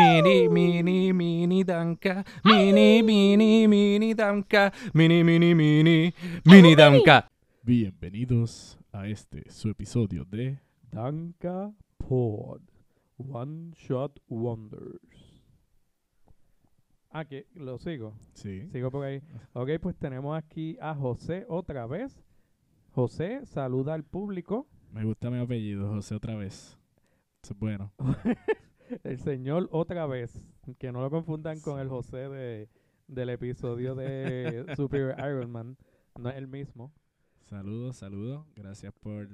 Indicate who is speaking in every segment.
Speaker 1: Mini, mini, mini danca. Mini, mini, mini danca. Mini, mini, mini. Mini danca.
Speaker 2: Bienvenidos a este su episodio de
Speaker 3: Danka Pod. One Shot Wonders. Ah, que lo sigo.
Speaker 2: Sí.
Speaker 3: Sigo por ahí. Ok, pues tenemos aquí a José otra vez. José, saluda al público.
Speaker 2: Me gusta mi apellido, José otra vez. Eso es bueno.
Speaker 3: El señor otra vez. Que no lo confundan con el José de, del episodio de Superior Iron Man. No es el mismo.
Speaker 2: Saludos, saludos. Gracias por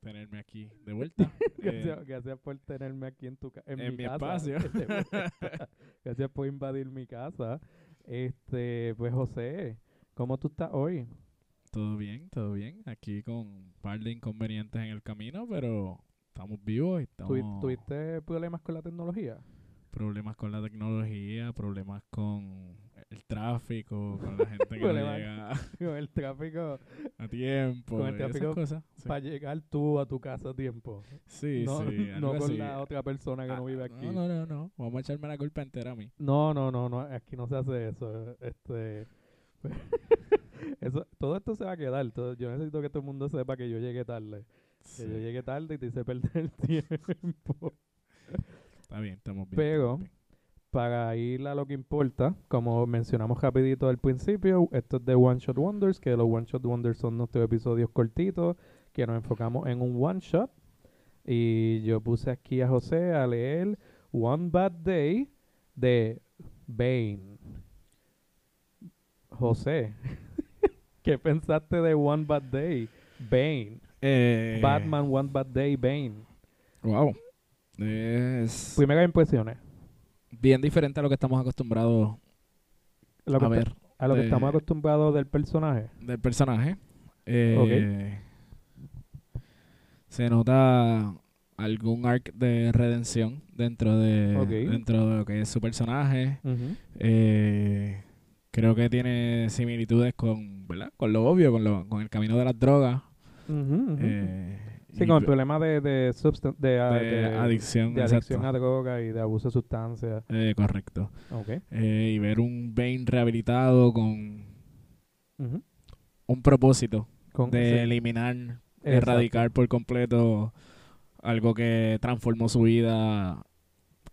Speaker 2: tenerme aquí de vuelta.
Speaker 3: Gracias,
Speaker 2: Eh,
Speaker 3: gracias por tenerme aquí en tu ca- en,
Speaker 2: en mi
Speaker 3: casa.
Speaker 2: espacio.
Speaker 3: de vuelta. gracias por invadir mi casa. Este, pues José, ¿cómo tú estás hoy?
Speaker 2: todo bien, todo bien. Aquí con un par de inconvenientes en el camino, pero estamos vivos y
Speaker 3: ¿Tuvi-
Speaker 2: estamos...
Speaker 3: ¿Tuviste problemas con la tecnología?
Speaker 2: problemas con la tecnología, problemas con el tráfico, con la gente que no
Speaker 3: Problemas.
Speaker 2: llega
Speaker 3: Con el tráfico
Speaker 2: a tiempo,
Speaker 3: Con el
Speaker 2: y esas
Speaker 3: tráfico
Speaker 2: cosas. Sí,
Speaker 3: para llegar tú a tu casa a tiempo.
Speaker 2: sí,
Speaker 3: no
Speaker 2: sí,
Speaker 3: no
Speaker 2: algo
Speaker 3: con
Speaker 2: así.
Speaker 3: la otra persona que
Speaker 2: Ah,
Speaker 3: no vive aquí.
Speaker 2: No, no, no, no. Vamos a echarme la culpa entera a mí.
Speaker 3: No, no, no, no, aquí no se hace eso. Este, eso todo esto se va a quedar. todo- yo necesito que todo el mundo sepa que yo llegué tarde.
Speaker 2: Sí,
Speaker 3: Que yo llegué tarde y te hice perder el tiempo.
Speaker 2: Está bien, estamos bien.
Speaker 3: Pero,
Speaker 2: estamos
Speaker 3: para ir a lo que importa, como mencionamos rapidito al principio, esto es de One Shot Wonders, que los One Shot Wonders son nuestros episodios cortitos, que nos enfocamos en un one shot. Y yo puse aquí a José a leer One Bad Day de Bane. José, ¿qué pensaste de One Bad Day? Bane.
Speaker 2: bien. Eh,
Speaker 3: Batman, One Bad Day, Bane.
Speaker 2: Wow. Es
Speaker 3: Primeras impresiones.
Speaker 2: bien diferente a lo que estamos acostumbrados
Speaker 3: Lo que
Speaker 2: a
Speaker 3: está-
Speaker 2: ver
Speaker 3: a lo que
Speaker 2: eh,
Speaker 3: estamos acostumbrados del personaje.
Speaker 2: del personaje. Eh, Se nota algún arc de redención dentro de
Speaker 3: Ok.
Speaker 2: dentro de lo que es su personaje.
Speaker 3: Ujú.
Speaker 2: Eh, creo que tiene similitudes con, ¿verdad? Con lo obvio, con, lo, con el camino de las drogas.
Speaker 3: Ujú, ujú.
Speaker 2: eh,
Speaker 3: sí,
Speaker 2: y
Speaker 3: con el
Speaker 2: de-
Speaker 3: problema de, de, substan- de, ah,
Speaker 2: de
Speaker 3: de-
Speaker 2: adicción.
Speaker 3: de adicción
Speaker 2: exacto.
Speaker 3: a droga y de abuso de sustancias.
Speaker 2: Eh, correcto.
Speaker 3: Ok.
Speaker 2: Eh, y ver un Bane rehabilitado con
Speaker 3: Ujú.
Speaker 2: un propósito
Speaker 3: Con-
Speaker 2: de
Speaker 3: sí,
Speaker 2: eliminar,
Speaker 3: exacto.
Speaker 2: erradicar por completo algo que transformó su vida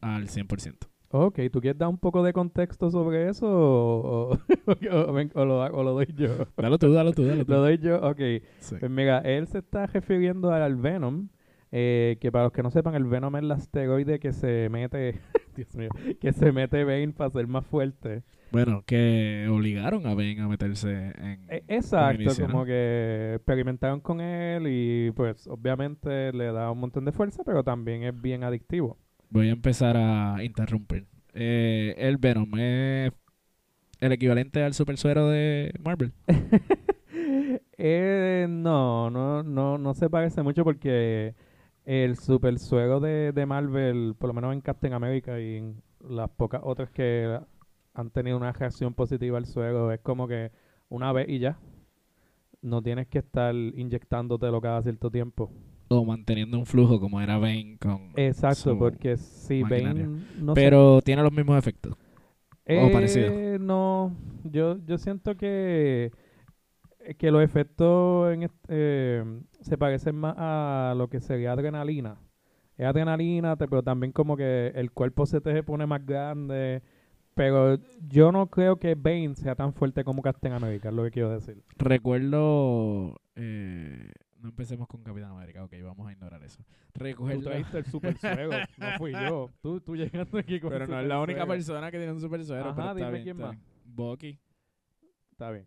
Speaker 2: al 100%.
Speaker 3: Ok, ¿tú quieres dar un poco de contexto sobre eso o, o- o- o ven- o lo, o lo doy yo?
Speaker 2: Dalo tú, dalo tú, dalo tú.
Speaker 3: Lo doy yo, ok.
Speaker 2: Sí.
Speaker 3: Pues mira, él se está refiriendo al Venom, eh, que para los que no sepan, el Venom es el asteroide que se mete, Dios mío, que se mete Bane para ser más fuerte.
Speaker 2: Bueno, que obligaron a Ben a meterse en...
Speaker 3: E- Exacto,
Speaker 2: inicio, ¿no?
Speaker 3: como que experimentaron con él y pues obviamente le da un montón de fuerza, pero también es bien adictivo.
Speaker 2: Voy a empezar a interrumpir. Eh, el Venom es el equivalente al super suero de Marvel.
Speaker 3: Eh, no, no, no, no se parece mucho porque el super suero de, de Marvel, por lo menos en Captain America y en las pocas otras que han tenido una reacción positiva al suero, es como que una vez y ya. No tienes que estar inyectándotelo cada cierto tiempo.
Speaker 2: O manteniendo un flujo como era Bane con...
Speaker 3: Exacto,
Speaker 2: Su
Speaker 3: porque si
Speaker 2: maquinaria.
Speaker 3: Bane Eh, no se
Speaker 2: Pero tiene los mismos efectos. O parecido.
Speaker 3: Eh, No, yo, yo siento que, eh, que los efectos en est- eh, se parecen más a lo que sería adrenalina. Es adrenalina, te- pero también como que el cuerpo se te pone más grande. Pero yo no creo que Bane sea tan fuerte como Captain America, es lo que quiero decir.
Speaker 2: Recuerdo... eh, no empecemos con Capitán América, ok, vamos a ignorar eso. Recuerdo...
Speaker 3: el super suego, no fui yo. Tú, tú llegando aquí con
Speaker 2: Pues Pero no es la única persona que tiene un super suero.
Speaker 3: Ajá,
Speaker 2: pero está
Speaker 3: dime
Speaker 2: bien,
Speaker 3: quién
Speaker 2: está
Speaker 3: más.
Speaker 2: bien. Bucky.
Speaker 3: Está bien.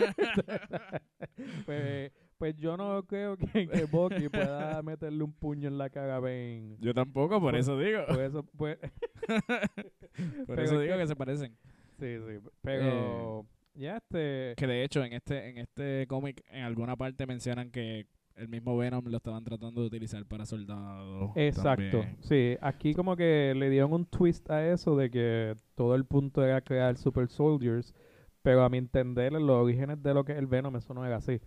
Speaker 3: pues, pues yo no creo que, que Bucky pueda meterle un puño en la cara a Bane.
Speaker 2: Yo tampoco, por
Speaker 3: Por-
Speaker 2: eso digo.
Speaker 3: Por eso, pues,
Speaker 2: Por
Speaker 3: pero
Speaker 2: eso
Speaker 3: es
Speaker 2: digo
Speaker 3: que-
Speaker 2: que se parecen.
Speaker 3: sí, sí. Pero ya este...
Speaker 2: Que de hecho en este en este cómic en alguna parte mencionan que el mismo Venom lo estaban tratando de utilizar para soldados.
Speaker 3: Exacto,
Speaker 2: también.
Speaker 3: sí, aquí como que le dieron un twist a eso de que todo el punto era crear Super Soldiers, pero a mi entender los orígenes de lo que es el Venom eso no era así.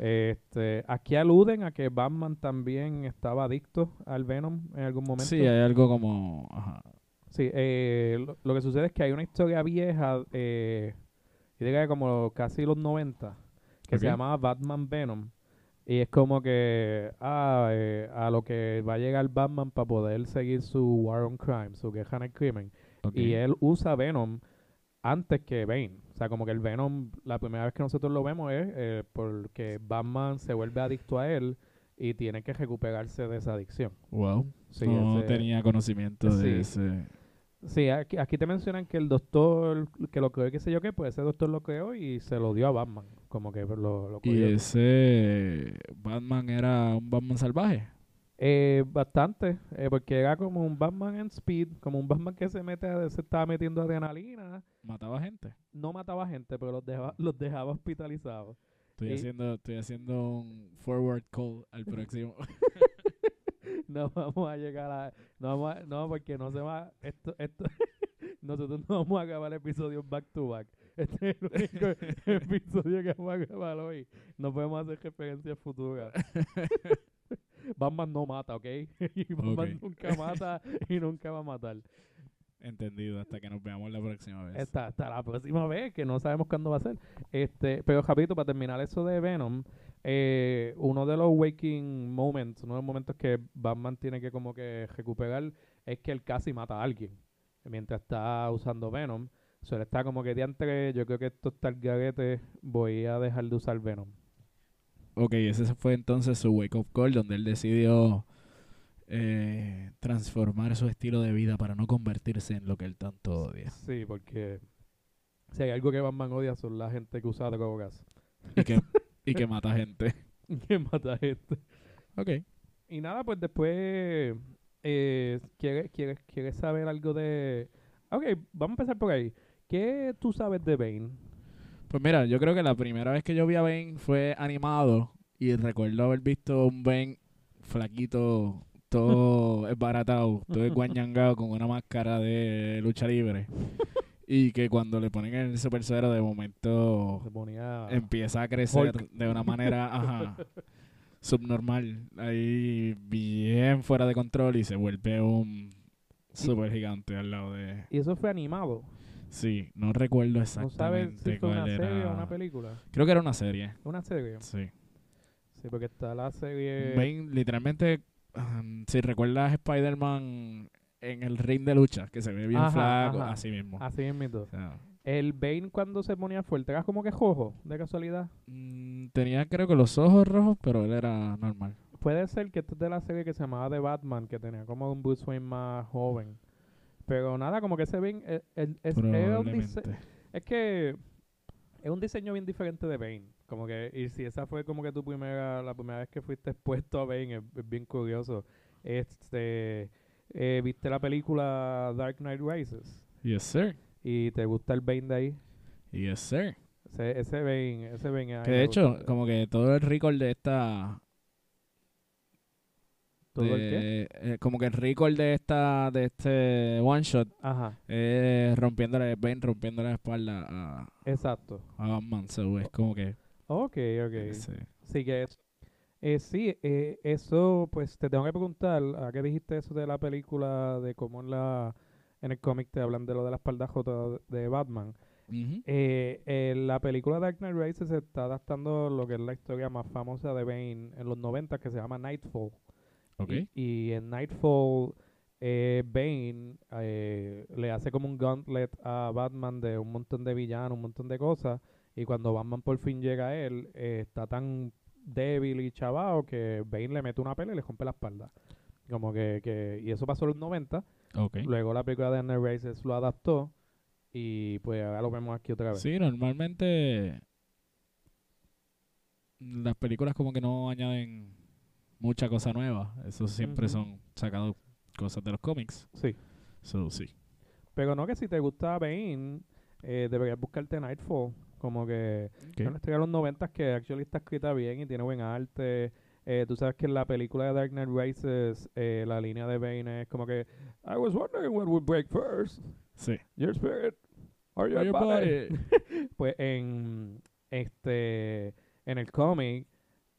Speaker 3: Este, aquí aluden a que Batman también estaba adicto al Venom en algún momento.
Speaker 2: Sí, hay algo como ajá,
Speaker 3: Sí, Sí, eh, lo, lo que sucede es que hay una historia vieja, eh, y llega de como casi los 90, que se
Speaker 2: Ok.
Speaker 3: llamaba Batman Venom. Y es como que ah, eh, a lo que va a llegar Batman para poder seguir su War on Crime, su queja en el crimen.
Speaker 2: Ok.
Speaker 3: Y él usa Venom antes que Bane. O sea, como que el Venom, la primera vez que nosotros lo vemos es eh, porque Batman se vuelve adicto a él y tiene que recuperarse de esa adicción.
Speaker 2: Wow.
Speaker 3: Sí,
Speaker 2: no
Speaker 3: ese-
Speaker 2: Oh, tenía conocimiento
Speaker 3: Sí.
Speaker 2: de ese.
Speaker 3: Sí, aquí, aquí te mencionan que el doctor que lo creó y qué sé yo qué, pues ese doctor lo creó y se lo dio a Batman. Como que lo, lo
Speaker 2: Y
Speaker 3: cogió.
Speaker 2: ese Batman era un Batman salvaje.
Speaker 3: Eh, bastante, eh, porque era como un Batman en speed, como un Batman que se mete, a- se estaba metiendo adrenalina,
Speaker 2: Mataba gente.
Speaker 3: no mataba gente, pero los dejaba, los dejaba hospitalizados.
Speaker 2: Estoy,
Speaker 3: Sí.
Speaker 2: haciendo, estoy haciendo un forward call al próximo.
Speaker 3: No vamos a llegar a, no vamos a- no porque no se va, esto, esto, nosotros no vamos a acabar el episodio back to back. Este es el único episodio que vamos a acabar hoy. No podemos hacer referencias futuras. Batman no mata, ¿ok? Y Batman
Speaker 2: Ok.
Speaker 3: nunca mata y nunca va a matar.
Speaker 2: Entendido, hasta que nos veamos la próxima vez.
Speaker 3: Hasta, hasta la próxima vez, que no sabemos cuándo va a ser. Este, pero Japito, para terminar eso de Venom, eh, uno de los waking moments, uno de los momentos que Batman tiene que como que recuperar, es que él casi mata a alguien mientras está usando Venom. So, él está como que diantre, yo creo que esto está el garete, voy a dejar de usar Venom.
Speaker 2: Ok, ese fue entonces su wake-up call donde él decidió eh, transformar su estilo de vida para no convertirse en lo que él tanto odia.
Speaker 3: Sí, porque si hay algo que Batman odia son la gente que usa drogas
Speaker 2: Y que, y que mata gente.
Speaker 3: que mata gente.
Speaker 2: Ok.
Speaker 3: Y nada, pues después eh, ¿quieres, quieres, quieres saber algo de... Ok, vamos a empezar por ahí. ¿Qué tú sabes de Bane?
Speaker 2: Pues mira, yo creo que la primera vez que yo vi a Ben fue animado y recuerdo haber visto un Ben flaquito, todo esbaratado, todo esguañangado con una máscara de lucha libre. Y que cuando le ponen el super suero de momento
Speaker 3: Se ponía...
Speaker 2: empieza a crecer
Speaker 3: Hulk.
Speaker 2: de una manera ajá, subnormal, ahí bien fuera de control y se vuelve un super gigante al lado de...
Speaker 3: Y eso fue animado.
Speaker 2: Sí, no recuerdo
Speaker 3: No sabes
Speaker 2: exactamente
Speaker 3: si fue
Speaker 2: cuál
Speaker 3: una
Speaker 2: era.
Speaker 3: serie o una película.
Speaker 2: Creo que era una serie,
Speaker 3: Una serie.
Speaker 2: sí.
Speaker 3: Sí, porque está la serie...
Speaker 2: Bane, literalmente, um, si recuerdas Spider-Man en el ring de lucha, que se ve bien
Speaker 3: Ajá,
Speaker 2: flaco,
Speaker 3: ajá. Ah.
Speaker 2: así mismo.
Speaker 3: Así es mito.
Speaker 2: O sea,
Speaker 3: El Bane cuando se ponía fuerte era como que jojo, de casualidad.
Speaker 2: mm, tenía creo que los ojos rojos, pero él era normal.
Speaker 3: Puede ser que esto es de la serie que se llamaba The Batman, que tenía como un Bruce Wayne más joven. Pero nada, como que ese Bane... eh, el- es- era un dise-
Speaker 2: Probablemente.
Speaker 3: Es que es un diseño bien diferente de Bane. Como que, y si esa fue como que tu primera, la primera vez que fuiste expuesto a Bane, es, es bien curioso. Este, eh, ¿viste la película Dark Knight Rises?
Speaker 2: Yes, sir.
Speaker 3: ¿Y te gusta el Bane de ahí?
Speaker 2: Yes, sir.
Speaker 3: Ese, ese Bane, ese Bane. ahí
Speaker 2: Que
Speaker 3: me
Speaker 2: de hecho,
Speaker 3: gusta.
Speaker 2: como que todo el récord de esta.
Speaker 3: ¿Todo el qué?
Speaker 2: de- eh, como que el récord de esta de este one shot
Speaker 3: Ajá,
Speaker 2: es rompiéndole Ben rompiendo la espalda a,
Speaker 3: exacto.
Speaker 2: a Batman. So, es como que.
Speaker 3: Ok, ok.
Speaker 2: sí.
Speaker 3: Sí, que es. Eh, sí, eh, eso, pues te tengo que preguntar, ¿a qué dijiste eso de la película, de cómo en, la, en el cómic te hablan de lo de la espalda J de Batman?
Speaker 2: Ujú.
Speaker 3: Eh, eh, la película Dark Knight Rises se está adaptando lo que es la historia más famosa de Bane en los 90 que se llama Nightfall.
Speaker 2: Ok.
Speaker 3: Y, y en Nightfall, eh, Bane eh, le hace como un gauntlet a Batman de un montón de villanos, un montón de cosas. Y cuando Batman por fin llega a él, eh, está tan débil y chavado que Bane le mete una pela y le rompe la espalda. Como que, que- y eso pasó en los 90.
Speaker 2: ok.
Speaker 3: Luego la película de Night Races lo adaptó. Y pues ahora lo vemos aquí otra vez.
Speaker 2: Sí, normalmente. Las películas como que no añaden mucha cosa nueva. Eso siempre
Speaker 3: Ujú.
Speaker 2: son sacado cosas de los cómics.
Speaker 3: Sí.
Speaker 2: So, sí.
Speaker 3: Pero no que si te gusta Bane, eh, deberías buscarte Nightfall. Como que
Speaker 2: Ok.
Speaker 3: Es una historia de los 90 que actually está escrita bien y tiene buen arte. Eh, tú sabes que en la película de Dark Knight Rises, eh, la línea de Bane es como que I was wondering what would break first,
Speaker 2: Sí.
Speaker 3: your spirit or your,
Speaker 2: Your
Speaker 3: body.
Speaker 2: body.
Speaker 3: Pues en este en el cómic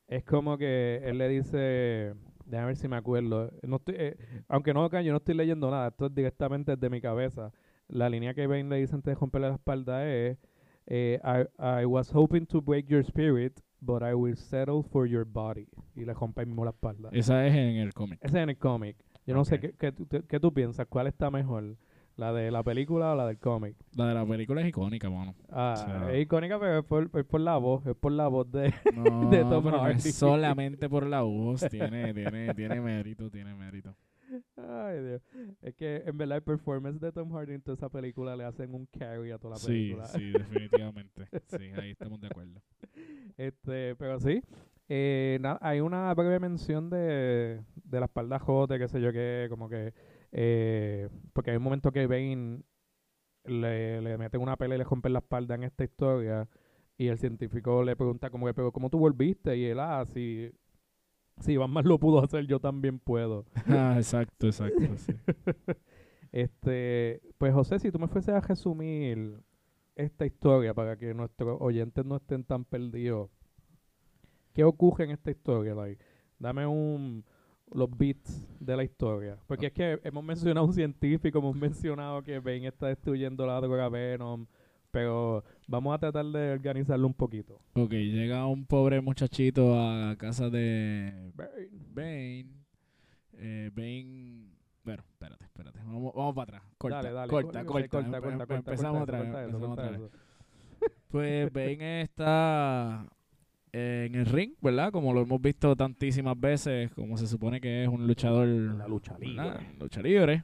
Speaker 3: es como que él le dice Déjame ver si me acuerdo. No estoy, eh, aunque no, Okan, yo no estoy leyendo nada. Esto es directamente desde mi cabeza. La línea que Bane le dice antes de romperle la espalda es... eh, I, I was hoping to break your spirit, but I will settle for your body. Y le rompe ahí mismo la espalda.
Speaker 2: Esa es en el cómic.
Speaker 3: Ese es en el cómic. Yo no sé
Speaker 2: Eh. Ok.
Speaker 3: qué, qué tú- qué tú piensas. ¿Cuál está mejor? ¿La de la película o la del cómic?
Speaker 2: La de la película es icónica, mano.
Speaker 3: Ah,
Speaker 2: sea-
Speaker 3: es icónica, pero es por, es por la voz. Es por la voz de...
Speaker 2: No,
Speaker 3: De Tom
Speaker 2: pero no es
Speaker 3: Hardy.
Speaker 2: solamente por la voz. Tiene, tiene, tiene mérito, tiene mérito.
Speaker 3: Ay, Dios. Es que en verdad el performance de Tom Hardy en toda esa película le hacen un carry a toda la
Speaker 2: Sí,
Speaker 3: película.
Speaker 2: sí, definitivamente. Sí, ahí estamos de acuerdo.
Speaker 3: Este, pero sí. eh, na- hay una breve mención de, de la espalda jote, qué sé yo qué, como que... eh, porque hay un momento que Bane le, le meten una pelea y le rompen la espalda en esta historia y el científico le pregunta como que, pero ¿cómo tú volviste? Y él, ah, si, si Van lo pudo hacer, yo también puedo.
Speaker 2: Ah, exacto, exacto. Sí.
Speaker 3: Este, pues José, si tú me fueses a resumir esta historia para que nuestros oyentes no estén tan perdidos, ¿qué ocurre en esta historia? Like, dame un los beats de la historia. Porque es que hemos mencionado un científico, hemos mencionado que Bane está destruyendo la droga Venom, pero vamos a tratar de organizarlo un poquito.
Speaker 2: Ok, llega un pobre muchachito a casa de Bane. Eh, Bane. Bueno, espérate, espérate. Vamos, vamos para atrás. Corta,
Speaker 3: dale, dale.
Speaker 2: corta,
Speaker 3: corta,
Speaker 2: corta.
Speaker 3: corta,
Speaker 2: Em-
Speaker 3: corta,
Speaker 2: em-
Speaker 3: corta,
Speaker 2: empezamos
Speaker 3: corta
Speaker 2: otra vez.
Speaker 3: eso, corta eso,
Speaker 2: empezamos
Speaker 3: corta
Speaker 2: otra vez.
Speaker 3: eso.
Speaker 2: Pues Bane está eh, en el ring, ¿verdad? Como lo hemos visto tantísimas veces, como se supone que es un luchador.
Speaker 3: La lucha libre.
Speaker 2: ¿verdad? Lucha libre.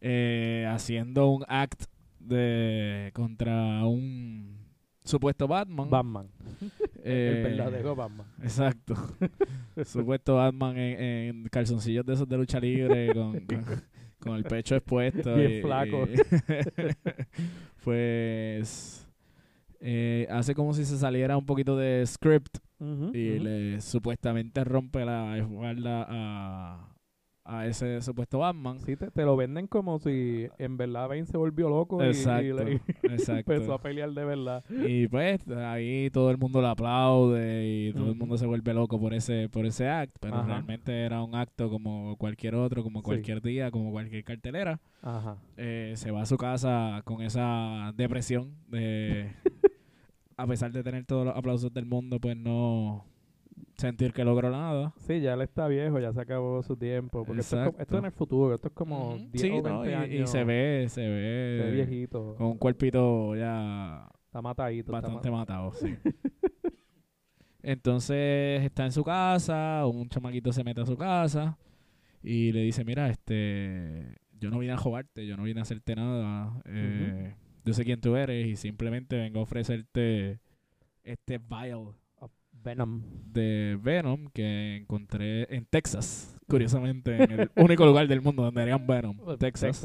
Speaker 2: Eh, haciendo un act de contra un supuesto Batman.
Speaker 3: Batman, el
Speaker 2: Eh,
Speaker 3: verdadero Batman.
Speaker 2: Exacto. Supuesto Batman en, en calzoncillos de esos de lucha libre, con, con, con el pecho expuesto.
Speaker 3: Bien
Speaker 2: y-
Speaker 3: flaco.
Speaker 2: y- pues eh, hace como si se saliera un poquito de script
Speaker 3: Ujú,
Speaker 2: y
Speaker 3: ujú.
Speaker 2: le supuestamente rompe la espalda a, a ese supuesto Batman.
Speaker 3: Sí, te, te lo venden como si en verdad Bane se volvió loco y- y,
Speaker 2: Exacto,
Speaker 3: le- y
Speaker 2: exacto.
Speaker 3: empezó a pelear de verdad.
Speaker 2: Y pues ahí todo el mundo lo aplaude y todo el
Speaker 3: Ujú.
Speaker 2: mundo se vuelve loco por ese por ese acto, pero
Speaker 3: Ajá.
Speaker 2: realmente era un acto como cualquier otro, como
Speaker 3: Sí.
Speaker 2: cualquier día, como cualquier cartelera.
Speaker 3: Ajá.
Speaker 2: Eh, se va a su casa con esa depresión de a pesar de tener todos los aplausos del mundo, pues no sentir que logró nada.
Speaker 3: Sí, ya él está viejo, ya se acabó su tiempo. Porque esto es, como-
Speaker 2: Exacto.
Speaker 3: esto en el futuro, esto es como
Speaker 2: Ujú.
Speaker 3: 10
Speaker 2: Sí,
Speaker 3: o 20
Speaker 2: ¿no? Y-
Speaker 3: años.
Speaker 2: y, se ve, se
Speaker 3: se ve
Speaker 2: ve
Speaker 3: viejito.
Speaker 2: con un cuerpito ya
Speaker 3: Está matadito. está
Speaker 2: Bastante
Speaker 3: ma-
Speaker 2: matado, sí. Entonces está en su casa, un chamaquito se mete a su casa y le dice, mira, este, yo no vine a jugarte, yo no vine a hacerte nada, eh, yo sé quién tú eres y simplemente vengo a ofrecerte este vial
Speaker 3: Venom.
Speaker 2: de Venom que encontré en Texas, curiosamente, en el único lugar del mundo donde harían Venom, Uh, Texas.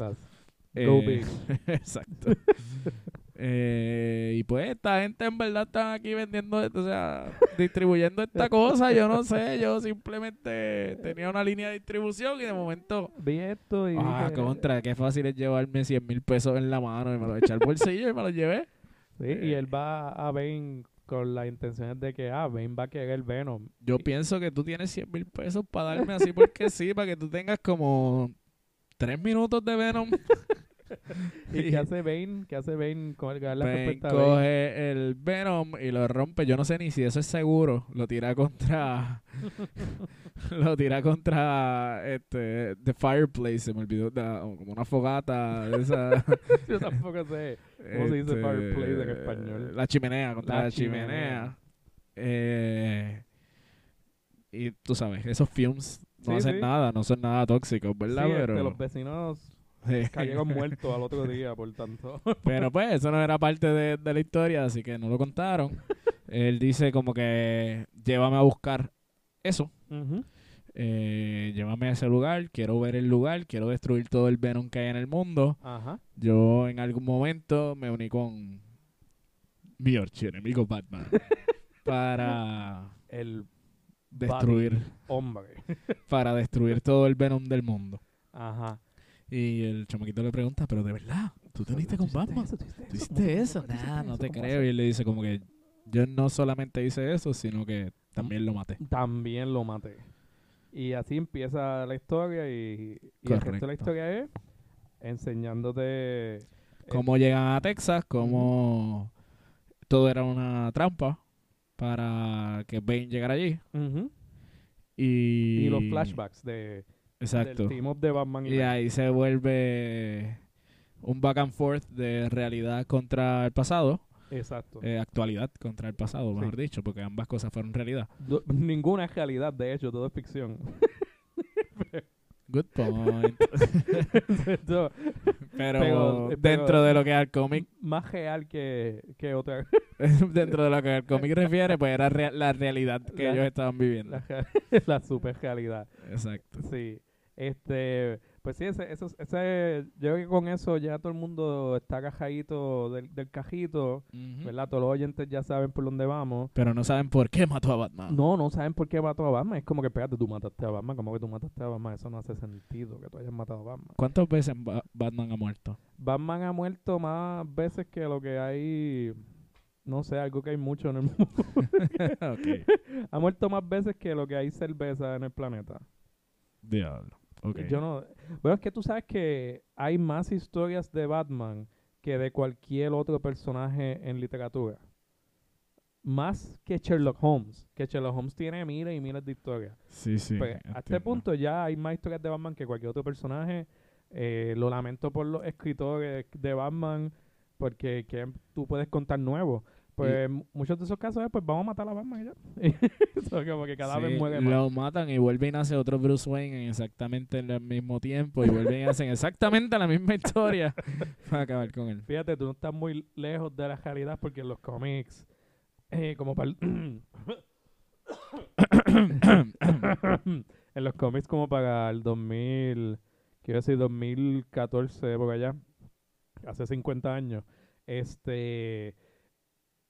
Speaker 2: Eh,
Speaker 3: Go big.
Speaker 2: Exacto. Eh, y pues esta gente en verdad están aquí vendiendo, esto, o sea, distribuyendo esta cosa. Yo no sé, yo simplemente tenía una línea de distribución y de momento...
Speaker 3: Vi esto y.
Speaker 2: Ah,
Speaker 3: dije-
Speaker 2: contra, qué fácil es llevarme 100 mil pesos en la mano y me lo eché al bolsillo y me lo llevé.
Speaker 3: Sí, y él va a Bane con las intenciones de que, ah, Bane va a querer Venom.
Speaker 2: Yo pienso que tú tienes 100 mil pesos para darme así porque sí, para que tú tengas como tres minutos de Venom.
Speaker 3: ¿Y qué hace Bane? ¿Qué hace Bane con el que da la
Speaker 2: Ben
Speaker 3: respuesta a Bane?
Speaker 2: Pues, coge el Venom y lo rompe. Yo no sé ni si eso es seguro. Lo tira contra. lo tira contra. Este. The Fireplace. Se me olvidó. la- como una fogata. de Esa, este,
Speaker 3: Yo tampoco sé. ¿Cómo se dice fireplace en español?
Speaker 2: La chimenea. Contra la,
Speaker 3: La
Speaker 2: chimenea.
Speaker 3: chimenea.
Speaker 2: Eh, y tú sabes, esos fumes no
Speaker 3: Sí,
Speaker 2: hacen
Speaker 3: sí.
Speaker 2: nada. No son nada tóxicos, ¿verdad?
Speaker 3: Sí, este,
Speaker 2: Pero.
Speaker 3: los vecinos
Speaker 2: Sí.
Speaker 3: cayeron muertos al otro día, por tanto.
Speaker 2: Pero pues, eso no era parte de, de la historia, así que no lo contaron. Él dice como que llévame a buscar eso. eh, llévame a ese lugar, quiero ver el lugar, quiero destruir todo el Venom que hay en el mundo.
Speaker 3: Ajá.
Speaker 2: Yo en algún momento me uní con mi archienemigo Batman para
Speaker 3: El
Speaker 2: destruir,
Speaker 3: hombre.
Speaker 2: para destruir todo el Venom del mundo.
Speaker 3: Ajá.
Speaker 2: Y el chamaquito le pregunta, pero de verdad, ¿tú te uniste con Batman? ¿Tú hiciste eso? Nah, no te creo. Y él le dice como que yo no solamente hice eso, sino que también lo maté.
Speaker 3: También lo maté. Y así empieza la historia y, y el resto de
Speaker 2: Correcto.
Speaker 3: la historia es enseñándote...
Speaker 2: Cómo llegan a Texas, cómo todo era una trampa para que Bane llegara allí.
Speaker 3: Ujú.
Speaker 2: Y,
Speaker 3: Y, los flashbacks de,
Speaker 2: Exacto.
Speaker 3: del team up de Batman y
Speaker 2: Y
Speaker 3: Bane.
Speaker 2: ahí se vuelve un back and forth de realidad contra el pasado,
Speaker 3: Exacto.
Speaker 2: eh, actualidad contra el pasado,
Speaker 3: Sí.
Speaker 2: mejor dicho, porque ambas cosas fueron realidad.
Speaker 3: Do- ninguna es realidad, de hecho, todo es ficción.
Speaker 2: Good point.
Speaker 3: Esto
Speaker 2: Pero,
Speaker 3: Pero- pero-
Speaker 2: dentro de lo que al cómic,
Speaker 3: más real que, que otra.
Speaker 2: dentro de lo que al cómic refiere, pues era rea- la realidad que
Speaker 3: La-
Speaker 2: ellos estaban viviendo.
Speaker 3: La, real- la super realidad.
Speaker 2: Exacto.
Speaker 3: Sí. Este, pues sí, ese, eso, ese, yo creo que con eso ya todo el mundo está cajadito del, del cajito,
Speaker 2: Ujú.
Speaker 3: ¿verdad? Todos los oyentes ya saben por dónde vamos.
Speaker 2: Pero no saben por qué mató a Batman.
Speaker 3: No, no saben por qué mató a Batman. Es como que, espérate, tú mataste a Batman. Como que tú mataste a Batman. Eso no hace sentido que tú hayas matado a Batman.
Speaker 2: ¿Cuántas veces Ba- Batman ha muerto?
Speaker 3: Batman ha muerto más veces que lo que hay. No sé, algo que hay mucho en el mundo.
Speaker 2: ok.
Speaker 3: Ha muerto más veces que lo que hay cerveza en el planeta.
Speaker 2: Diablo. Ok.
Speaker 3: Pues Yo no. Bueno, es que tú sabes que hay más historias de Batman que de cualquier otro personaje en literatura. Más que Sherlock Holmes. Que Sherlock Holmes tiene miles y miles de historias.
Speaker 2: Sí, sí.
Speaker 3: Pues, a este
Speaker 2: entiendo.
Speaker 3: punto ya hay más historias de Batman que cualquier otro personaje. Eh, lo lamento por los escritores de Batman, porque ¿qué tú puedes contar nuevo. Pues mu- muchos de esos casos es, pues vamos a matar a Batman y ya. Eso como que cada
Speaker 2: Sí,
Speaker 3: vez muere más.
Speaker 2: Lo matan y vuelven a hacer otro Bruce Wayne en exactamente el mismo tiempo y vuelven a hacer exactamente la misma historia para acabar con él.
Speaker 3: Fíjate, tú no estás muy lejos de la realidad porque en los cómics, eh, como para... en los cómics como para el 2000, quiero decir 2014, por allá, hace 50 años, este...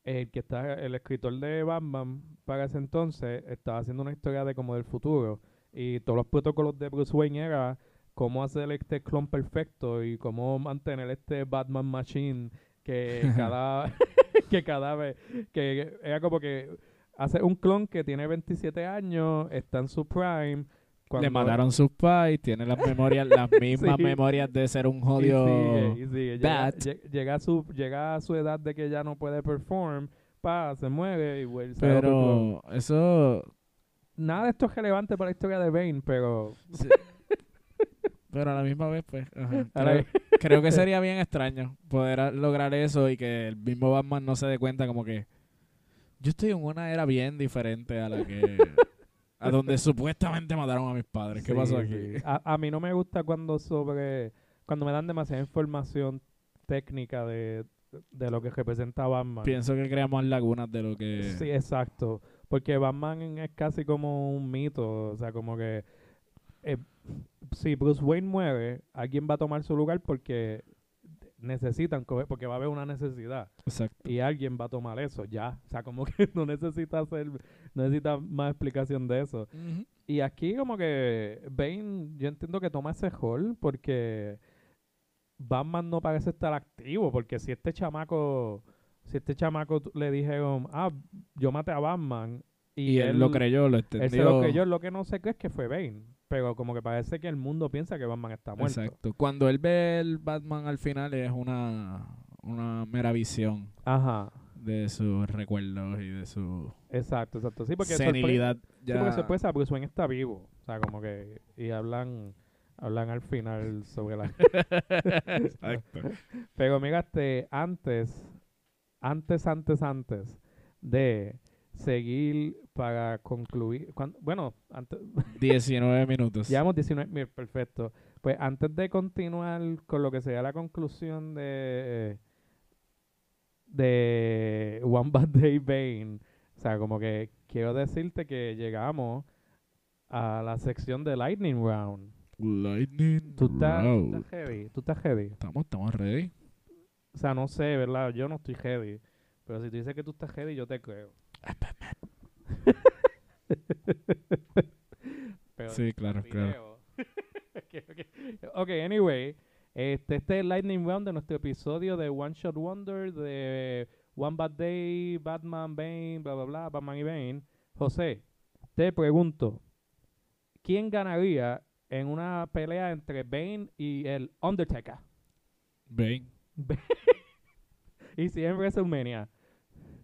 Speaker 3: El que está, el escritor de Batman para ese entonces estaba haciendo una historia de como del futuro y todos los protocolos de Bruce Wayne era cómo hacer este clon perfecto y cómo mantener este Batman Machine que cada que cada vez que era como que hace un clon que tiene 27 años, está en su prime, cuando-
Speaker 2: Le mataron sus pais, tiene las memorias, las mismas
Speaker 3: Sí.
Speaker 2: memorias de ser un
Speaker 3: y
Speaker 2: jodido.
Speaker 3: sigue, y sigue. Llega,
Speaker 2: Bat.
Speaker 3: lle- llega a su llega a su edad de que ya no puede perform, pa, se muere y vuelve a ser otro clon.
Speaker 2: Pero eso.
Speaker 3: nada de esto es relevante para la historia de Bane, pero
Speaker 2: sí. Pero a la misma vez, pues. ajá,
Speaker 3: Ahora-
Speaker 2: creo, creo que sería bien extraño poder a- lograr eso y que el mismo Batman no se dé cuenta, como que. Yo estoy en una era bien diferente a la que. a donde supuestamente mataron a mis padres. ¿Qué
Speaker 3: Sí,
Speaker 2: pasó
Speaker 3: sí.
Speaker 2: aquí?
Speaker 3: A, a mí no me gusta cuando sobre cuando me dan demasiada información técnica de, de lo que representa Batman.
Speaker 2: Pienso que creamos lagunas de lo que.
Speaker 3: Sí, exacto. Porque Batman es casi como un mito. O sea, como que eh, si Bruce Wayne muere, alguien va a tomar su lugar porque necesitan coger, porque va a haber una necesidad
Speaker 2: Exacto.
Speaker 3: y alguien va a tomar eso ya. O sea, como que no necesita hacer, no necesita más explicación de eso.
Speaker 2: Ujú.
Speaker 3: Y aquí como que Bane, yo entiendo que toma ese rol porque Batman no parece estar activo, porque si este chamaco, si este chamaco t- le dijeron, ah, yo maté a Batman, y,
Speaker 2: Y, él, lo creyó, lo
Speaker 3: él
Speaker 2: entendió.
Speaker 3: se lo creyó, lo que no sé qué es que fue Bane, pero como que parece que el mundo piensa que Batman está muerto.
Speaker 2: Exacto. Cuando él ve el Batman al final es una, una mera visión
Speaker 3: Ajá,
Speaker 2: de sus recuerdos y de su
Speaker 3: exacto, exacto. Sí, porque sorpre-
Speaker 2: senilidad.
Speaker 3: Sí,
Speaker 2: ya-
Speaker 3: porque sorpresa, Bruce Wayne está vivo. O sea, como que. Y hablan hablan al final sobre la.
Speaker 2: Exacto.
Speaker 3: Pero mira, este, antes, antes, antes, antes de seguir para concluir. cuan- bueno, antes,
Speaker 2: 19 minutos.
Speaker 3: llevamos 19. mira, perfecto. Pues antes de continuar con lo que sería la conclusión de. de One Bad Day Bane. O sea, como que quiero decirte que llegamos a la sección de Lightning Round.
Speaker 2: Lightning
Speaker 3: Tú estás, tú
Speaker 2: Round.
Speaker 3: estás heavy, tú estás heavy.
Speaker 2: Estamos, estamos ready.
Speaker 3: O sea, no sé, ¿verdad? Yo no estoy heavy. Pero si tú dices que tú estás heavy, yo te creo. pero
Speaker 2: Sí, claro, claro.
Speaker 3: video. Ok, ok. Ok, anyway. Este, este es el Lightning Round de nuestro episodio de One Shot Wonder de One Bad Day, Batman, Bane, bla, bla, bla, Batman y Bane. José, te pregunto, ¿Quién ganaría en una pelea entre Bane y el Undertaker?
Speaker 2: Bane,
Speaker 3: Y si en WrestleMania.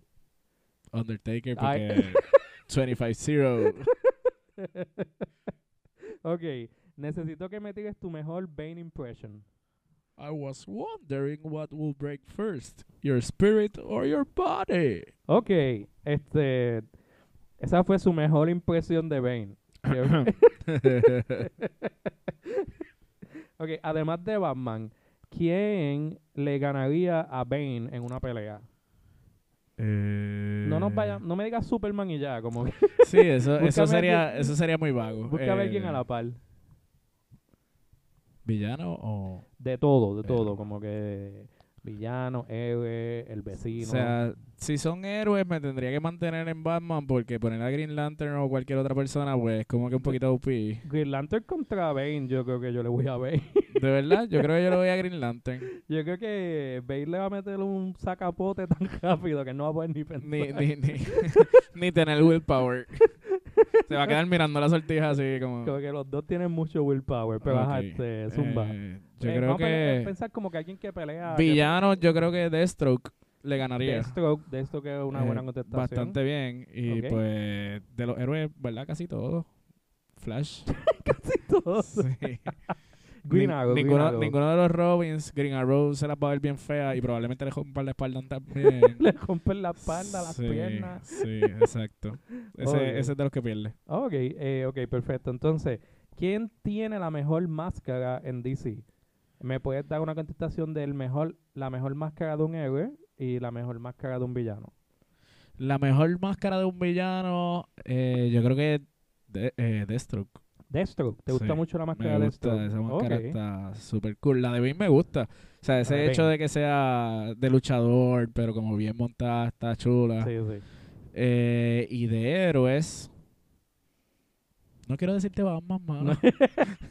Speaker 2: Undertaker,
Speaker 3: Ay.
Speaker 2: porque 25-0.
Speaker 3: Ok, necesito que me digas tu mejor Bane impression.
Speaker 2: I was wondering what will break first, your spirit or your body.
Speaker 3: Ok, este. Esa fue su mejor impresión de Bane. Yo- ok, además de Batman, ¿quién le ganaría a Bane en una pelea? No nos
Speaker 2: Eh.
Speaker 3: vaya, no me digas Superman y ya, como que
Speaker 2: Sí, eso,
Speaker 3: Búscame a
Speaker 2: eso, sería,
Speaker 3: alguien-
Speaker 2: eso sería muy vago.
Speaker 3: busca a
Speaker 2: Eh,
Speaker 3: alguien a la par.
Speaker 2: ¿Villano o...?
Speaker 3: De todo, de todo,
Speaker 2: Eh.
Speaker 3: como que villano, héroe, el vecino.
Speaker 2: O sea, si son héroes me tendría que mantener en Batman porque poner a Green Lantern o cualquier otra persona pues como que un poquito OP.
Speaker 3: Green Lantern contra Bane, yo creo que yo le voy a Bane.
Speaker 2: De verdad, yo creo que yo le voy a Green Lantern.
Speaker 3: Yo creo que Bane le va a meter un sacapote tan rápido que no va a poder ni pensar.
Speaker 2: Ni, ni, ni, ni tener willpower. Se va a quedar mirando la sortija así como...
Speaker 3: Creo que los dos tienen mucho willpower, pero ajá,
Speaker 2: Ok.
Speaker 3: este, zumba.
Speaker 2: Eh, yo
Speaker 3: Eh,
Speaker 2: creo
Speaker 3: vamos a pe-
Speaker 2: que...
Speaker 3: pensar como que alguien que pelea... que-
Speaker 2: Villano, yo creo que Deathstroke le ganaría.
Speaker 3: Deathstroke, de esto que es una
Speaker 2: Eh,
Speaker 3: buena contestación.
Speaker 2: Bastante bien. Y
Speaker 3: Ok.
Speaker 2: pues de los héroes, ¿verdad? Casi todos. Flash.
Speaker 3: Todos.
Speaker 2: Sí.
Speaker 3: Green
Speaker 2: Nin-
Speaker 3: Arrow, Green
Speaker 2: ninguno,
Speaker 3: Arrow.
Speaker 2: ninguno de los Robins, Green Arrow se las va a ver bien fea y probablemente le rompan la espalda también.
Speaker 3: Le rompen la espalda, las
Speaker 2: Sí,
Speaker 3: piernas.
Speaker 2: Sí, exacto. Ese,
Speaker 3: Obvio.
Speaker 2: ese es de los que pierde.
Speaker 3: Ok, eh, ok, perfecto. Entonces, ¿quién tiene la mejor máscara en DC? ¿Me puedes dar una contestación del mejor, la mejor máscara de un héroe y la mejor máscara de un villano?
Speaker 2: La mejor máscara de un villano, eh, yo creo que de, eh, Deathstroke.
Speaker 3: Deathstroke, ¿te gusta
Speaker 2: Sí,
Speaker 3: mucho la máscara
Speaker 2: me
Speaker 3: de
Speaker 2: gusta,
Speaker 3: Deathstroke?
Speaker 2: esa máscara
Speaker 3: Ok.
Speaker 2: está súper cool. La de Bane me gusta. O sea, ese
Speaker 3: de
Speaker 2: hecho
Speaker 3: Bane.
Speaker 2: de que sea de luchador, pero como bien montada, está chula.
Speaker 3: Sí, sí.
Speaker 2: Eh, y de héroes. No quiero decirte Batman, mano.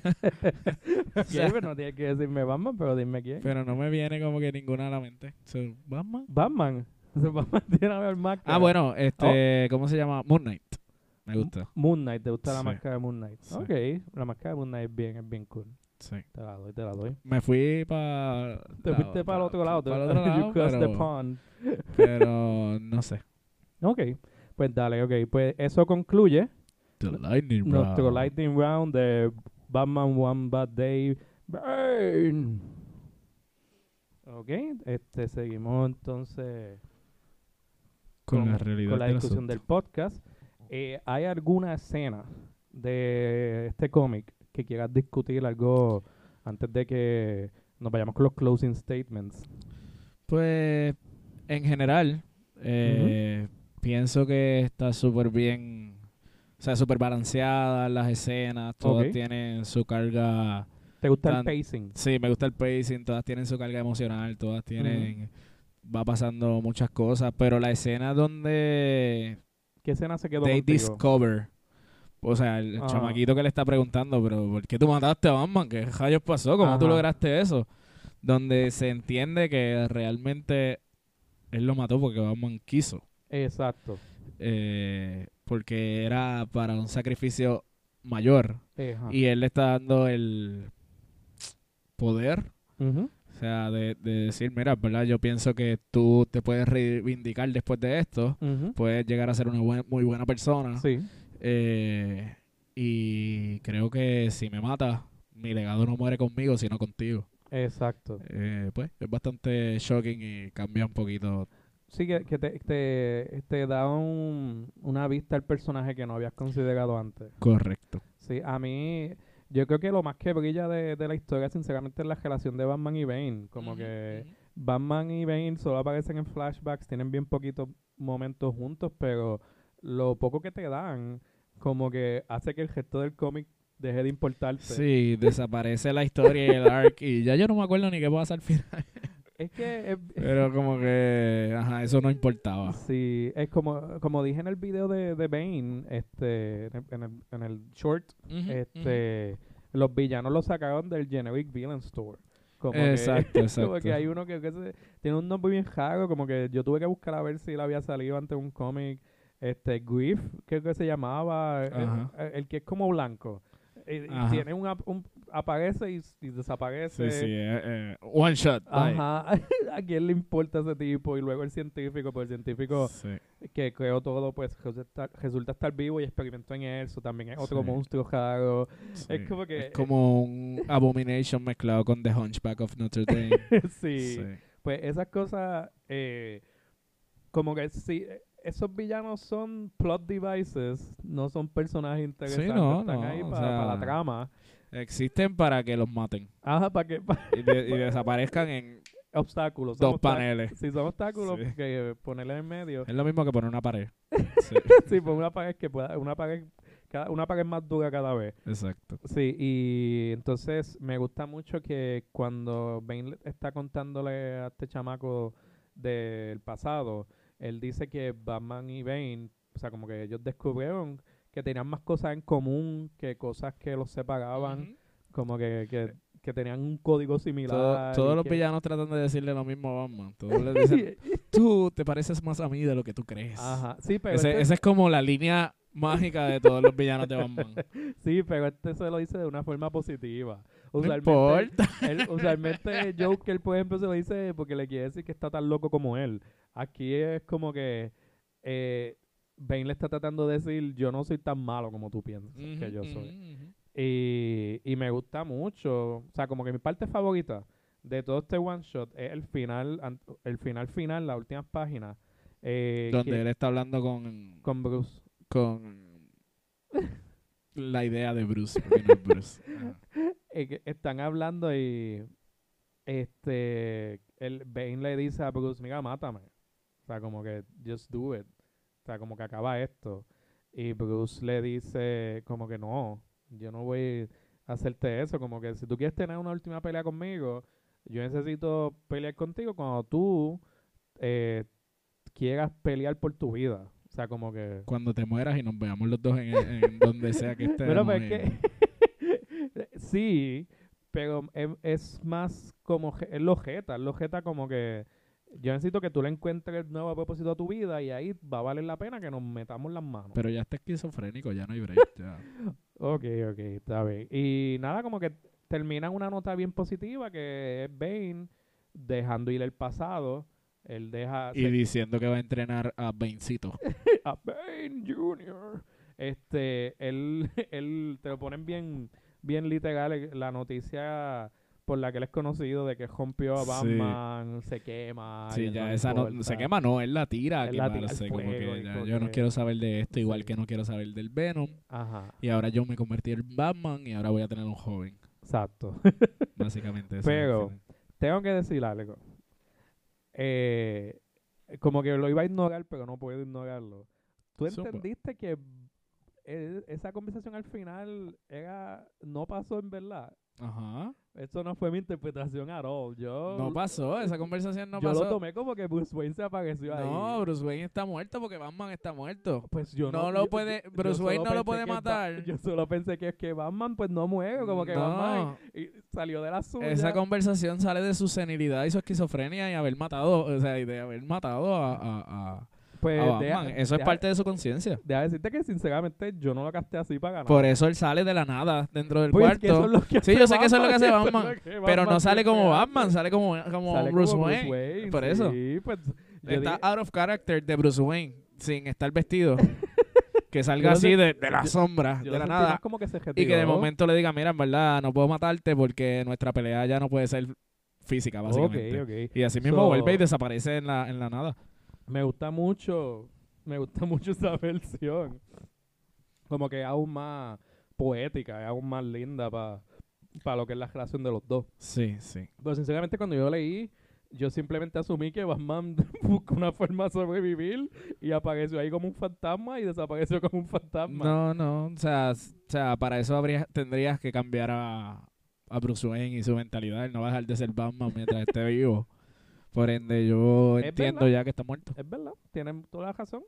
Speaker 2: O
Speaker 3: Ok,
Speaker 2: sea,
Speaker 3: pero no tienes que decirme Batman, pero dime quién.
Speaker 2: pero no me viene como que ninguna a la mente. So, ¿Batman?
Speaker 3: Batman. Batman tiene la mejor máscara.
Speaker 2: Ah, bueno, este,
Speaker 3: oh.
Speaker 2: ¿cómo se llama? Moon Knight. Me gusta.
Speaker 3: Moon Knight, ¿te gusta la
Speaker 2: Sí.
Speaker 3: máscara de Moon Knight?
Speaker 2: Sí.
Speaker 3: Ok, la máscara de Moon Knight es bien, es bien cool.
Speaker 2: Sí.
Speaker 3: Te la doy, te la doy.
Speaker 2: Me fui para.
Speaker 3: Te fuiste para el otro lado. te-
Speaker 2: Para el otro
Speaker 3: you
Speaker 2: lado.
Speaker 3: crossed the
Speaker 2: pero,
Speaker 3: pond.
Speaker 2: pero no sé.
Speaker 3: Ok, pues dale, ok. Pues eso concluye
Speaker 2: The Lightning Round.
Speaker 3: nuestro lightning round de Batman One Bad Day. Burn. Ok, este, seguimos entonces
Speaker 2: Con, la realidad.
Speaker 3: con la
Speaker 2: del
Speaker 3: discusión
Speaker 2: asunto.
Speaker 3: del podcast. Eh, ¿Hay alguna escena de este cómic que quieras discutir algo antes de que nos vayamos con los closing statements?
Speaker 2: Pues en general, eh, pienso que está súper bien, o sea, súper balanceada las escenas, todas
Speaker 3: Ok.
Speaker 2: tienen su carga,
Speaker 3: ¿Te gusta
Speaker 2: Tan-
Speaker 3: el pacing?
Speaker 2: sí, me gusta el pacing, todas tienen su carga emocional, todas tienen, va pasando muchas cosas, pero la escena donde
Speaker 3: ¿Qué escena se quedó
Speaker 2: they
Speaker 3: contigo?
Speaker 2: discover, o sea, el
Speaker 3: Ajá.
Speaker 2: chamaquito que le está preguntando, pero ¿por qué tú mataste a Batman? ¿Qué rayos pasó? ¿Cómo tú
Speaker 3: Ajá.
Speaker 2: lograste eso? Donde se entiende que realmente él lo mató porque Batman quiso.
Speaker 3: Exacto.
Speaker 2: eh, porque era para un sacrificio mayor.
Speaker 3: Ajá.
Speaker 2: Y él le está dando el poder.
Speaker 3: Ujú.
Speaker 2: O sea, de, de decir, mira, ¿verdad? Yo pienso que tú te puedes reivindicar después de esto.
Speaker 3: Ujú.
Speaker 2: Puedes llegar a ser una buen- muy buena persona.
Speaker 3: Sí.
Speaker 2: Eh, y creo que si me mata, mi legado no muere conmigo, sino contigo.
Speaker 3: Exacto.
Speaker 2: Eh, pues es bastante shocking y cambia un poquito.
Speaker 3: Sí, que, que te, te- te da un- una vista al personaje que no habías considerado antes.
Speaker 2: Correcto.
Speaker 3: Sí, a mí, yo creo que lo más que brilla de, de la historia, sinceramente, es la relación de Batman y Bane. Como que Batman y Bane solo aparecen en flashbacks, tienen bien poquitos momentos juntos, pero lo poco que te dan, como que hace que el gesto del cómic deje de importarte.
Speaker 2: Sí, desaparece la historia y el arc y ya yo no me acuerdo ni qué pasa al final.
Speaker 3: Es que es-
Speaker 2: Pero como que, ajá, eso no importaba.
Speaker 3: Sí, es como, como dije en el video de, de Bane, este, en el, en el- en el short, este, los villanos los sacaron del generic villain store. Como que-
Speaker 2: exacto, exacto.
Speaker 3: Como que hay uno que, que se- tiene un nombre bien raro, como que yo tuve que buscar a ver si él había salido ante un cómic, este, Griff, creo que se llamaba, el,
Speaker 2: Ajá.
Speaker 3: el- el que es como blanco. eh, y
Speaker 2: Ajá.
Speaker 3: tiene un, ap- un- aparece y, y desaparece.
Speaker 2: Sí, sí, eh, eh, one shot. bye.
Speaker 3: Ajá, ¿a quién le importa ese tipo? Y luego el científico, pues el científico
Speaker 2: Sí.
Speaker 3: que creó todo, pues resulta, resulta estar vivo y experimentó en eso. También es otro
Speaker 2: Sí.
Speaker 3: monstruo raro.
Speaker 2: Sí.
Speaker 3: Es como que-
Speaker 2: Es como un Abomination mezclado con The Hunchback of Notre Dame.
Speaker 3: sí. Pues esas cosas, eh, como que sí, eh, esos villanos son plot devices, no son personajes interesantes.
Speaker 2: no,
Speaker 3: están
Speaker 2: no,
Speaker 3: ahí
Speaker 2: o
Speaker 3: para, para la
Speaker 2: sea-
Speaker 3: trama.
Speaker 2: Existen para que los maten
Speaker 3: Ajá, para que. pa-
Speaker 2: y, de- y desaparezcan en
Speaker 3: obstáculos. son
Speaker 2: dos paneles.
Speaker 3: Si son obstáculos,
Speaker 2: Sí.
Speaker 3: que ponerle en medio.
Speaker 2: Es lo mismo que poner una pared. Sí,
Speaker 3: sí, pues una pared que pueda, una pared, cada, una pared más dura cada vez.
Speaker 2: exacto.
Speaker 3: Sí, y entonces me gusta mucho que cuando Bane le- está contándole a este chamaco del pasado, él dice que Batman y Bane, o sea, como que ellos descubrieron que tenían más cosas en común que cosas que los separaban,
Speaker 2: Ujú.
Speaker 3: como que, que, que tenían un código similar.
Speaker 2: Todo-
Speaker 3: y
Speaker 2: todos los
Speaker 3: que-
Speaker 2: villanos tratan de decirle lo mismo a Batman. Todos le dicen, tú te pareces más a mí de lo que tú crees.
Speaker 3: Ajá, sí, pero
Speaker 2: Ese-
Speaker 3: este-
Speaker 2: esa es como la línea mágica de todos los villanos de Batman.
Speaker 3: sí, pero este se lo dice de una forma positiva.
Speaker 2: No
Speaker 3: Usualmente-
Speaker 2: importa.
Speaker 3: Él, usualmente Joker, por ejemplo, se lo dice porque le quiere decir que está tan loco como él. Aquí es como que eh, Bane le está tratando de decir, yo no soy tan malo como tú piensas que yo soy. Y, y me gusta mucho. O sea, como que mi parte favorita de todo este one shot es el final, an- el final final, las últimas páginas. eh,
Speaker 2: Donde
Speaker 3: que-
Speaker 2: él está hablando con,
Speaker 3: con Bruce.
Speaker 2: con la idea de Bruce. porque no es Bruce. Ajá.
Speaker 3: eh, que están hablando y este el Bane le dice a Bruce, mira, mátame. O sea, como que just do it. O sea, como que acaba esto. Y Bruce le dice como que no, yo no voy a hacerte eso, como que si tú quieres tener una última pelea conmigo, yo necesito pelear contigo cuando tú eh, quieras pelear por tu vida. O sea, como que
Speaker 2: Cuando te mueras y nos veamos los dos en, en donde sea que estés.
Speaker 3: pero pues es que sí, pero es, es más como je- es lojeta, es lojeta como que yo necesito que tú le encuentres el nuevo propósito a tu vida y ahí va a valer la pena que nos metamos las manos.
Speaker 2: Pero ya está esquizofrénico, ya no hay break. ya.
Speaker 3: ok, ok, está bien. Y nada, como que termina en una nota bien positiva que es Bane dejando ir el pasado. Él deja
Speaker 2: Y
Speaker 3: se-
Speaker 2: diciendo que va a entrenar a Baincito.
Speaker 3: a Bane Jr. Este, él, él, te lo ponen bien, bien literal eh, la noticia por la que él es conocido de que rompió a
Speaker 2: Sí.
Speaker 3: Batman, se quema. y
Speaker 2: sí,
Speaker 3: él
Speaker 2: ya
Speaker 3: le
Speaker 2: esa no,
Speaker 3: importa.
Speaker 2: se quema, no, él la tira. a
Speaker 3: Él la tira al
Speaker 2: quemarse, como
Speaker 3: fuego
Speaker 2: que
Speaker 3: y
Speaker 2: ya,
Speaker 3: como
Speaker 2: yo no
Speaker 3: que-
Speaker 2: quiero saber de esto, igual
Speaker 3: Sí.
Speaker 2: que no quiero saber del Venom.
Speaker 3: Ajá,
Speaker 2: Y ahora yo me convertí en Batman y ahora voy a tener un joven.
Speaker 3: exacto.
Speaker 2: Básicamente eso.
Speaker 3: Pero- Tengo que decir algo. Eh, como que lo iba a ignorar, pero no puedo ignorarlo. ¿Tú
Speaker 2: Zumba.
Speaker 3: entendiste que eh, esa conversación al final era no pasó en verdad?
Speaker 2: Ajá.
Speaker 3: Eso no fue mi interpretación at all. Yo
Speaker 2: No pasó, esa conversación no
Speaker 3: yo
Speaker 2: pasó.
Speaker 3: lo tomé como que Bruce Wayne se apareció ahí.
Speaker 2: No, Bruce Wayne está muerto porque Batman está muerto.
Speaker 3: pues yo no,
Speaker 2: no lo
Speaker 3: yo-
Speaker 2: puede-
Speaker 3: yo- yo
Speaker 2: Bruce
Speaker 3: solo
Speaker 2: Wayne no lo
Speaker 3: pensé
Speaker 2: puede
Speaker 3: que Ba-
Speaker 2: matar.
Speaker 3: Yo solo pensé que es que Batman pues no muere, como que
Speaker 2: No,
Speaker 3: Batman y salió de la suya.
Speaker 2: Esa conversación sale de su senilidad y su esquizofrenia y haber matado, o sea, y de haber matado a, a- a-
Speaker 3: pues
Speaker 2: a
Speaker 3: deja-
Speaker 2: Ah, Batman. Eso es
Speaker 3: deja-
Speaker 2: parte de su conciencia.
Speaker 3: Deja decirte que sinceramente yo no lo gasté así para ganar.
Speaker 2: Por eso él sale de la nada dentro del
Speaker 3: Pues, es que eso es
Speaker 2: cuarto.
Speaker 3: lo que
Speaker 2: Sí,
Speaker 3: hace
Speaker 2: yo sé que eso es lo que hace
Speaker 3: eso es
Speaker 2: Batman,
Speaker 3: lo que
Speaker 2: Pero
Speaker 3: Batman
Speaker 2: no sale como
Speaker 3: siempre
Speaker 2: Batman,
Speaker 3: hace.
Speaker 2: sale como, como
Speaker 3: Sale
Speaker 2: Bruce,
Speaker 3: como
Speaker 2: Wayne.
Speaker 3: Wayne,
Speaker 2: Por eso.
Speaker 3: Sí, pues yo
Speaker 2: Está
Speaker 3: dije-
Speaker 2: out of character de Bruce Wayne, sin estar vestido. que salga
Speaker 3: Yo lo
Speaker 2: así
Speaker 3: sent-
Speaker 2: de, de la
Speaker 3: yo-
Speaker 2: sombra,
Speaker 3: yo
Speaker 2: de
Speaker 3: lo
Speaker 2: la
Speaker 3: sentí
Speaker 2: nada.
Speaker 3: más como ¿oh? que se
Speaker 2: Y que de
Speaker 3: retiró.
Speaker 2: momento le diga, mira, en verdad no puedo matarte porque nuestra pelea ya no puede ser física, básicamente.
Speaker 3: Ok, ok.
Speaker 2: Y así mismo
Speaker 3: So-
Speaker 2: vuelve y desaparece en la, en la nada.
Speaker 3: Me gusta mucho, me gusta mucho esa versión. Como que es aún más poética, es aún más linda para lo que es la relación de los dos.
Speaker 2: Sí, sí.
Speaker 3: Pero sinceramente cuando yo leí, yo simplemente asumí que Batman buscó una forma de sobrevivir y apareció ahí como un fantasma y desapareció como un fantasma.
Speaker 2: No, no, o sea, s- o sea para eso habría, tendrías que cambiar a, a Bruce Wayne y su mentalidad. Él no va a dejar de ser Batman mientras esté vivo. Por ende, yo
Speaker 3: Es
Speaker 2: entiendo
Speaker 3: verdad.
Speaker 2: ya que está muerto.
Speaker 3: Es verdad, tienen toda la razón.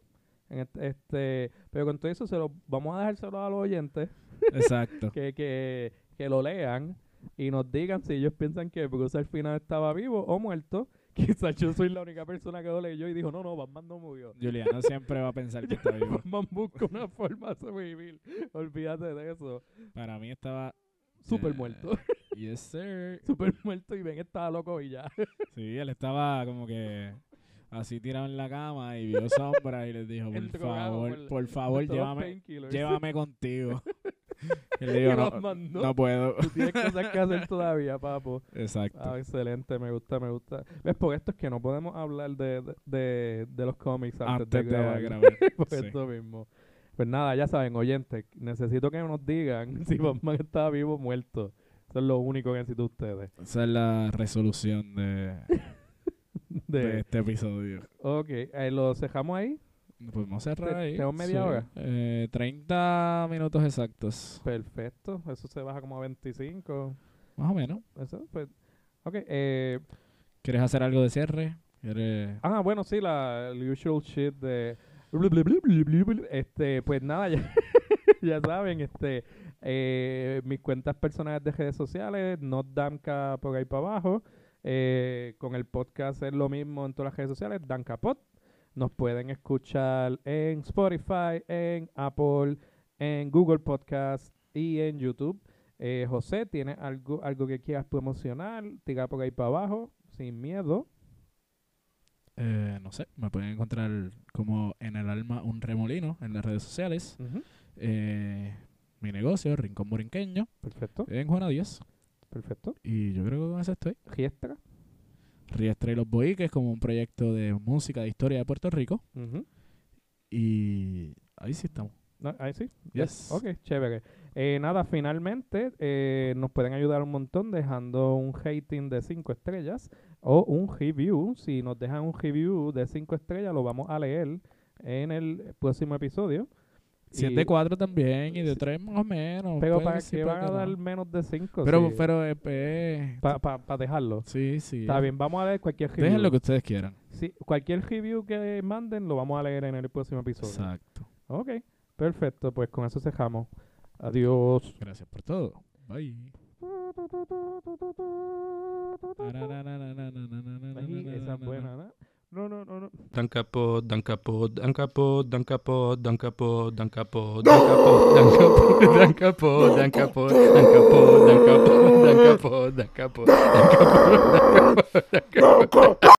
Speaker 3: En este, este- pero con todo eso se lo vamos a dejárselo a los oyentes
Speaker 2: Exacto.
Speaker 3: que, que, que lo lean y nos digan si ellos piensan que Bruce al final estaba vivo o muerto. Quizás yo soy la única persona que lo leyó y dijo, no, no, Batman no murió.
Speaker 2: Juliano siempre va a pensar que está vivo.
Speaker 3: Batman busca una forma de sobrevivir. Olvídate de eso.
Speaker 2: Para mí estaba.
Speaker 3: Super
Speaker 2: eh,
Speaker 3: muerto.
Speaker 2: Yes, sir.
Speaker 3: Super muerto y Ben estaba loco y ya.
Speaker 2: Sí, él estaba como que así tirado en la cama y vio sombras y les dijo, por
Speaker 3: El drogado,
Speaker 2: favor,
Speaker 3: por-
Speaker 2: por, favor,
Speaker 3: Todos
Speaker 2: llévame,
Speaker 3: painkillers.
Speaker 2: llévame contigo. Y él le
Speaker 3: Y
Speaker 2: dijo, no,
Speaker 3: Batman, no.
Speaker 2: no puedo.
Speaker 3: Tú tienes cosas que hacer todavía, papo.
Speaker 2: Exacto.
Speaker 3: Ah, excelente, me gusta, me gusta. ¿Ves? Por esto es que no podemos hablar de, de- de, de los cómics antes,
Speaker 2: Antes
Speaker 3: de grabar.
Speaker 2: de grabar.
Speaker 3: Por
Speaker 2: Sí.
Speaker 3: esto mismo. Pues nada, ya saben, oyentes, necesito que nos digan si Batman estaba vivo o muerto. Eso es lo único que necesito ustedes.
Speaker 2: Esa es la resolución de,
Speaker 3: De-
Speaker 2: de este episodio.
Speaker 3: ok, eh, lo dejamos ahí.
Speaker 2: Podemos cerrar
Speaker 3: Te-
Speaker 2: ahí.
Speaker 3: tengo media hora.
Speaker 2: Eh, 30 minutos exactos.
Speaker 3: Perfecto, eso se baja como a 25.
Speaker 2: Más o menos.
Speaker 3: Eso, pues. Ok, eh,
Speaker 2: ¿Quieres hacer algo de cierre? ¿Quieres...
Speaker 3: Ah, bueno, sí, la el usual shit de este, pues nada, ya, ya saben, este eh, mis cuentas personales de redes sociales, no Danca por ahí para abajo. eh, con el podcast es lo mismo en todas las redes sociales, Danca Pod. Nos pueden escuchar en Spotify, en Apple, en Google Podcast y en YouTube. Eh, José, ¿tienes algo, algo que quieras promocionar? Tira por ahí para abajo, sin miedo.
Speaker 2: Eh, no sé, me pueden encontrar como en el alma un remolino en las redes sociales. Eh, mi negocio, Rincón Borinqueño,
Speaker 3: Perfecto,
Speaker 2: en Juana 10.
Speaker 3: perfecto.
Speaker 2: Y yo creo que con eso estoy.
Speaker 3: Riestra.
Speaker 2: Riestra y los Boiques como un proyecto de música de historia de Puerto Rico. Y ahí sí estamos.
Speaker 3: No, Ah, ahí sí.
Speaker 2: Yes.
Speaker 3: Ok, chévere. Eh, nada, finalmente eh, nos pueden ayudar un montón dejando un rating de 5 estrellas o un review. Si nos dejan un review de 5 estrellas, lo vamos a leer en el próximo episodio.
Speaker 2: 7
Speaker 3: Y-
Speaker 2: de 4 también y de
Speaker 3: Sí.
Speaker 2: 3 más o menos.
Speaker 3: Pero
Speaker 2: Puede
Speaker 3: para
Speaker 2: que sí,
Speaker 3: que
Speaker 2: puede
Speaker 3: van
Speaker 2: que
Speaker 3: a
Speaker 2: no.
Speaker 3: dar menos de 5.
Speaker 2: Pero, pero, eh, eh,
Speaker 3: para dejarlo.
Speaker 2: sí, sí.
Speaker 3: Está bien, vamos a leer cualquier review.
Speaker 2: Dejen lo que ustedes quieran.
Speaker 3: Sí, cualquier review que manden lo vamos a leer en el próximo episodio.
Speaker 2: Exacto.
Speaker 3: Ok, perfecto. Pues con eso dejamos. Adiós.
Speaker 2: Gracias por todo. Bye.
Speaker 3: Ahí, esa es buena, ¿no? No, no, no, no.
Speaker 1: Danka pod, danka pod, danka pod, danka pod, danka pod, danka pod, danka pod, danka pod, danka pod, danka pod, danka pod, danka pod, danka pod, danka pod, danka pod, danka pod, danka pod.